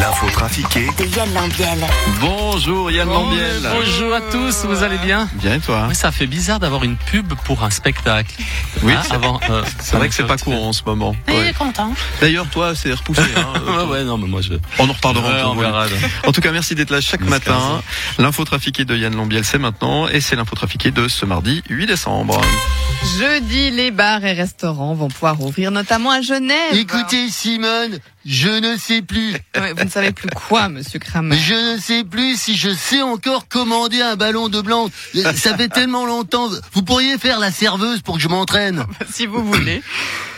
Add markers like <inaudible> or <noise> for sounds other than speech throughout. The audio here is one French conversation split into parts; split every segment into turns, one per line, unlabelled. L'info trafiquée
de Yann Lambiel.
Bonjour Yann Lambiel.
Bonjour à tous, vous allez bien
Bien et toi
Oui, ça fait bizarre d'avoir une pub pour un spectacle.
Oui,
Hein, avant. euh,
C'est vrai que c'est pas courant en ce moment.
Il
Ouais.
est content.
D'ailleurs, toi, c'est repoussé. hein, <laughs> euh,
<laughs> Ouais, ouais, non, mais moi je.
On en reparlera.
Ouais,
autour
on
de lui.
verra.
En tout cas, merci d'être là chaque matin. L'info trafiquée de Yann Lambiel, c'est maintenant. Et c'est l'info trafiquée de ce mardi 8 décembre.
Jeudi, les bars et restaurants vont pouvoir ouvrir, notamment à Genève.
Écoutez, Simone, je ne sais plus.
Ouais, vous ne savez plus quoi, monsieur Kramer. <laughs>
Je ne sais plus si je sais encore commander un ballon de blanc. Ça fait tellement longtemps. Vous pourriez faire la serveuse pour que je m'entraîne.
Si vous voulez.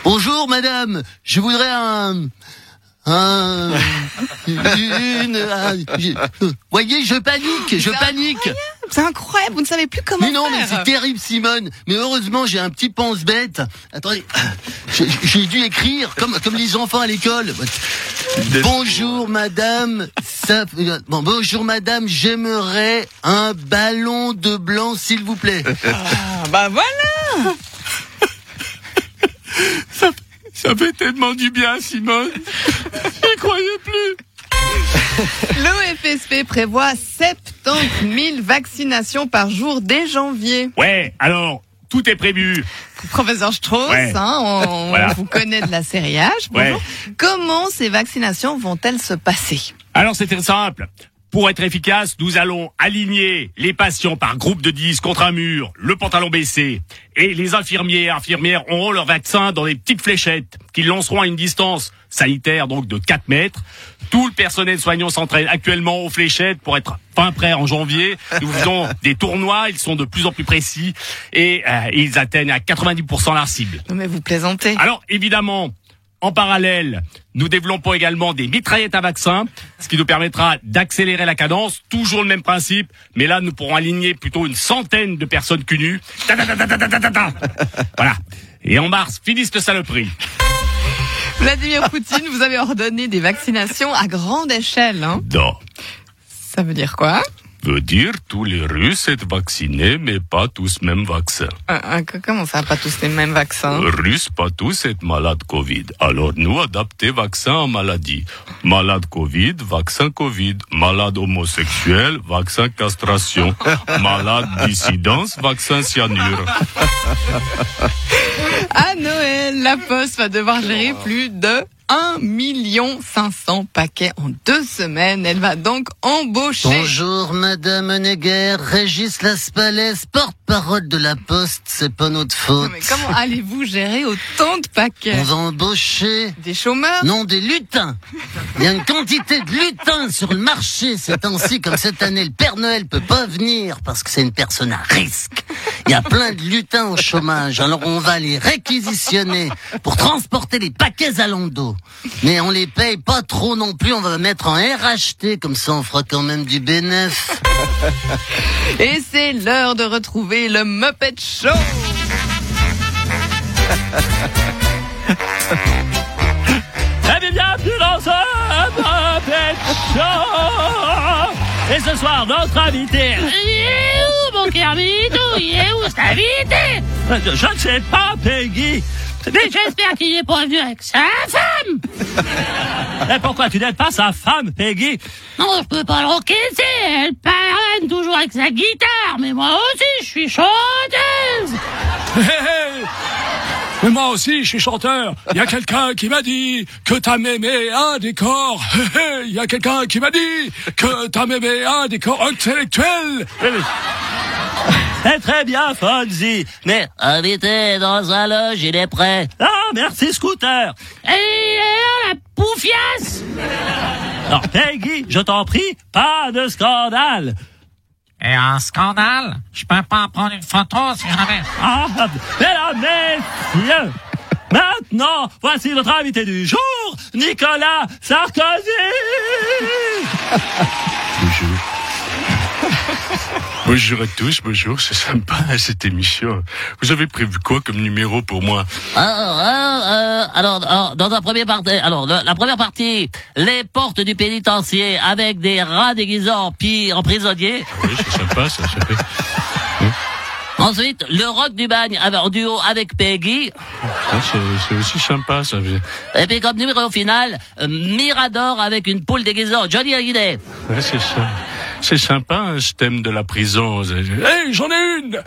Bonjour, madame. Je voudrais un... Un... Une... un- je- Voyez, je panique, je
C'est
panique.
C'est incroyable, vous ne savez plus comment
Mais non, mais c'est
faire.
terrible, Simone. Mais heureusement, j'ai un petit pense-bête. Attendez, j'ai- j'ai dû écrire comme, comme les enfants à l'école. Bonjour madame, ça- bon, bonjour madame, j'aimerais un ballon de blanc s'il vous plaît.
Ah, bah voilà. <laughs>
Ça fait tellement du bien,
<laughs>
Simone. J'y croyais plus.
<laughs> L'OFSP prévoit 70 000 vaccinations par jour dès janvier.
Ouais, alors, tout est prévu.
Professeur Strauss,
Ouais.
hein,
<laughs>
on,
Voilà.
vous connaît de la série H.
Ouais.
Bonjour. Comment ces vaccinations vont-elles se passer
Alors, c'était simple. Pour être efficace, nous allons aligner les patients par groupe de 10 contre un mur, le pantalon baissé. Et les infirmiers et infirmières auront leur vaccin dans des petites fléchettes qu'ils lanceront à une distance sanitaire, donc de 4 mètres. Tout le personnel soignant s'entraîne actuellement aux fléchettes pour être fin prêt en janvier. Nous faisons des tournois, ils sont de plus en plus précis et euh, ils atteignent à 90% la cible.
Non, mais vous plaisantez.
Alors évidemment, en parallèle, nous développons également des mitraillettes à vaccin, ce qui nous permettra d'accélérer la cadence. Toujours le même principe, mais là nous pourrons aligner plutôt une centaine de personnes cul nues. Ta, ta, ta, ta, ta, ta, ta, ta. Voilà. Et en mars, finissent le saloperie.
Vladimir Poutine, vous avez ordonné des vaccinations à grande échelle. Hein.
Non.
Ça veut dire quoi
Veut dire tous les Russes être vaccinés, mais pas tous même vaccin.
Euh, euh, que- Comment ça, pas tous les mêmes
Hein?
vaccins
Russes, pas tous être malades Covid. Alors nous, adapter vaccin à maladie. Malade Covid, vaccin Covid. Malade homosexuel, vaccin <laughs> castration. Malade dissidence, vaccin cyanure.
À Noël, la Poste va devoir gérer
Oh.
plus de 1 million 500 paquets en deux semaines. Elle va donc embaucher.
Bonjour madame Neguer, Régis Laspalès, porte-parole de la Poste, c'est pas notre
Non,
faute.
Mais comment allez-vous gérer autant de paquets
On va embaucher
Des chômeurs
Non, des lutins. Il y a une quantité de lutins sur le marché ces temps-ci, comme cette année. Le Père Noël peut pas venir parce que c'est une personne à risque. Il y a plein de lutins au chômage. Alors on va les réquisitionner pour transporter les paquets à Lando. Mais on les paye pas trop non plus. On va mettre en RHT, comme ça on fera quand même du bénéf.
Et c'est l'heure de retrouver le Muppet Show
Eh bien, bienvenue dans ce Muppet Show Et ce soir, notre invité...
Il est où mon Kermit Où Il est où cet invité
Je ne sais pas, Peggy
Mais j'espère qu'il n'est pas venu avec sa femme
Mais pourquoi tu n'aides pas sa femme, Peggy
Non, je peux pas l'encaisser Elle parraine toujours avec sa guitare Mais moi aussi, je suis chanteuse
Mais moi aussi, je suis chanteur. Il y a quelqu'un qui m'a dit que ta mémé a un décor. Il y a quelqu'un qui m'a dit que ta mémé a un décor intellectuel. très bien, Fonzie. Mais
Invité dans un loge, il est prêt.
ah, merci, Scooter.
Et là, la poufiasse
Non, Peggy, je t'en prie, pas de scandale.
Et un scandale Je peux pas en prendre une photo si jamais.
Ah, mesdames, messieurs, maintenant, voici notre invité du jour, Nicolas Sarkozy. Bonjour. <laughs> Bonjour à tous, bonjour, c'est sympa hein, cette émission. Vous avez prévu quoi comme numéro pour moi
Alors, euh, euh, alors, alors, dans la première partie, alors le- la première partie, les portes du pénitencier avec des rats déguisés en, pi- en prisonniers.
Oui, c'est sympa ça. ça fait- <laughs>
Ensuite, le rock du bagne avec- en duo avec Peggy.
Ah, c'est- c'est aussi sympa ça.
Et puis comme numéro final, euh, Mirador avec une poule déguisée en Johnny Hallyday.
Ouais, c'est ça. C'est sympa, hein, ce thème de la prison. Hé, j'en ai une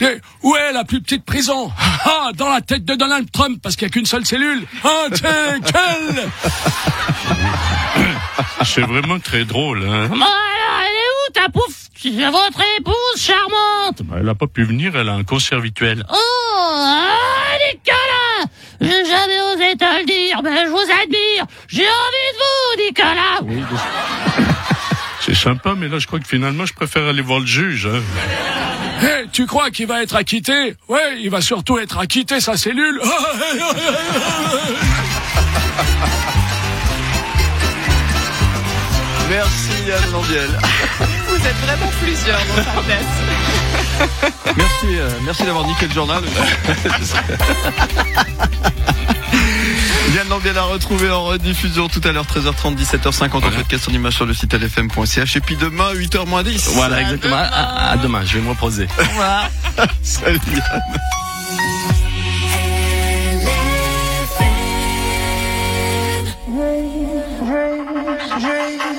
Eh, Où est la plus petite prison Ah, dans la tête de Donald Trump, parce qu'il n'y a qu'une seule cellule Ah, tiens, quelle Ah, C'est vraiment très drôle, hein
Bon, alors, Ah, bah, elle est où ta pouf Votre épouse charmante
Elle n'a pas pu venir, elle a un concert virtuel.
Oh, ah, Nicolas J'ai jamais osé te le dire, mais je vous admire J'ai envie de vous, Nicolas
C'est sympa, mais là, je crois que finalement, je préfère aller voir le juge. Hein. Eh, tu crois qu'il va être acquitté Ouais, il va surtout être acquitté, sa <laughs> cellule.
Merci Yann Lambiel.
<laughs> Vous êtes vraiment plusieurs dans ta tête.
<laughs> Merci, euh, merci d'avoir niqué le journal. <laughs> Yann Lambiel à retrouver en rediffusion tout à l'heure 13h30, 17h50 en podcast en image sur le site lfm.ch et puis demain 8h10.
Voilà, exactement. À, à- à demain, je vais me reposer.
Salut Yann.